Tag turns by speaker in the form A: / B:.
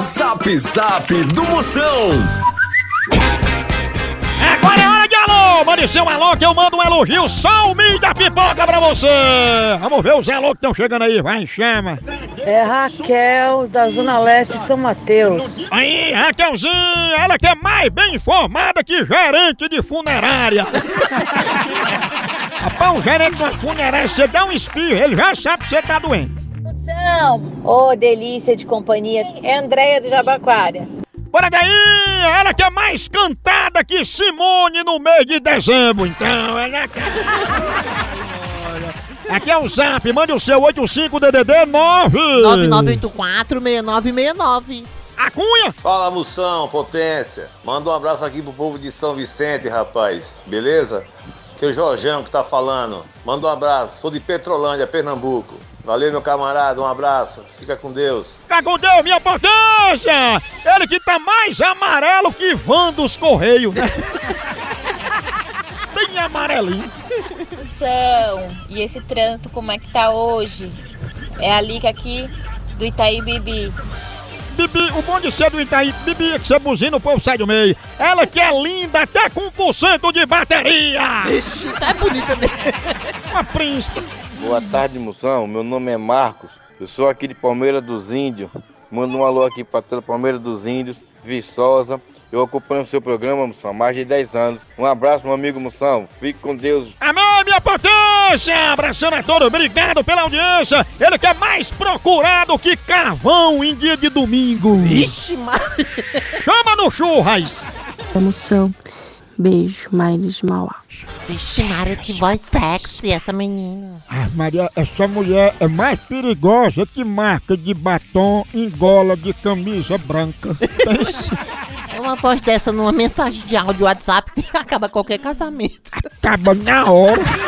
A: Zap Zap do Moção.
B: Agora é hora de alô! Mande seu alô que eu mando um elogio salmi da pipoca pra você! Vamos ver os alô que estão chegando aí, vai, chama!
C: É Raquel, da Zona Leste, São Mateus.
B: Aí, Raquelzinha, ela que é mais bem informada que gerente de funerária! Rapaz, o gerente de uma funerária, você dá um espirro, ele já sabe que você tá doente.
D: Ô, delícia de companhia. É Andréia do Jabaquara.
B: Bora daí! Ela que é mais cantada que Simone no mês de dezembro, então, ela é... Aqui é o Zap, mande o seu 85DDD 9
E: 9984-6969.
B: A cunha!
F: Fala Moção, potência. Manda um abraço aqui pro povo de São Vicente, rapaz. Beleza? Que é o Jorjão que tá falando. Manda um abraço. Sou de Petrolândia, Pernambuco. Valeu, meu camarada. Um abraço. Fica com Deus.
B: Fica com Deus, minha potência! Ele que tá mais amarelo que van dos Correios, né? Bem amarelinho.
D: São. E esse trânsito, como é que tá hoje? É a Lica aqui do Itaí Bibi.
B: Bibi, o bom de ser do Itaí, Bibi, é que você buzina, o povo sai do meio. Ela que é linda até com 1% de bateria!
E: Ixi, tá bonita mesmo.
B: Uma príncipe!
G: Boa tarde, moção. Meu nome é Marcos. Eu sou aqui de Palmeira dos Índios. Mando um alô aqui para toda Palmeira dos Índios, Viçosa. Eu acompanho o seu programa, moção, há mais de 10 anos. Um abraço, meu amigo moção. Fique com Deus.
B: Amém, minha potência! Abraçando a todos, obrigado pela audiência! Ele que é mais procurado que carvão em dia de domingo!
E: Ixi, Maria.
B: Chama no churras!
H: Emoção. Beijo, Maíra de Mauá.
E: Vixe, Maria, que voz sexy essa menina.
B: Ah, Maria, essa mulher é mais perigosa que marca de batom em gola de camisa branca. Pense,
E: Uma voz dessa numa mensagem de áudio WhatsApp acaba qualquer casamento.
B: acaba na hora!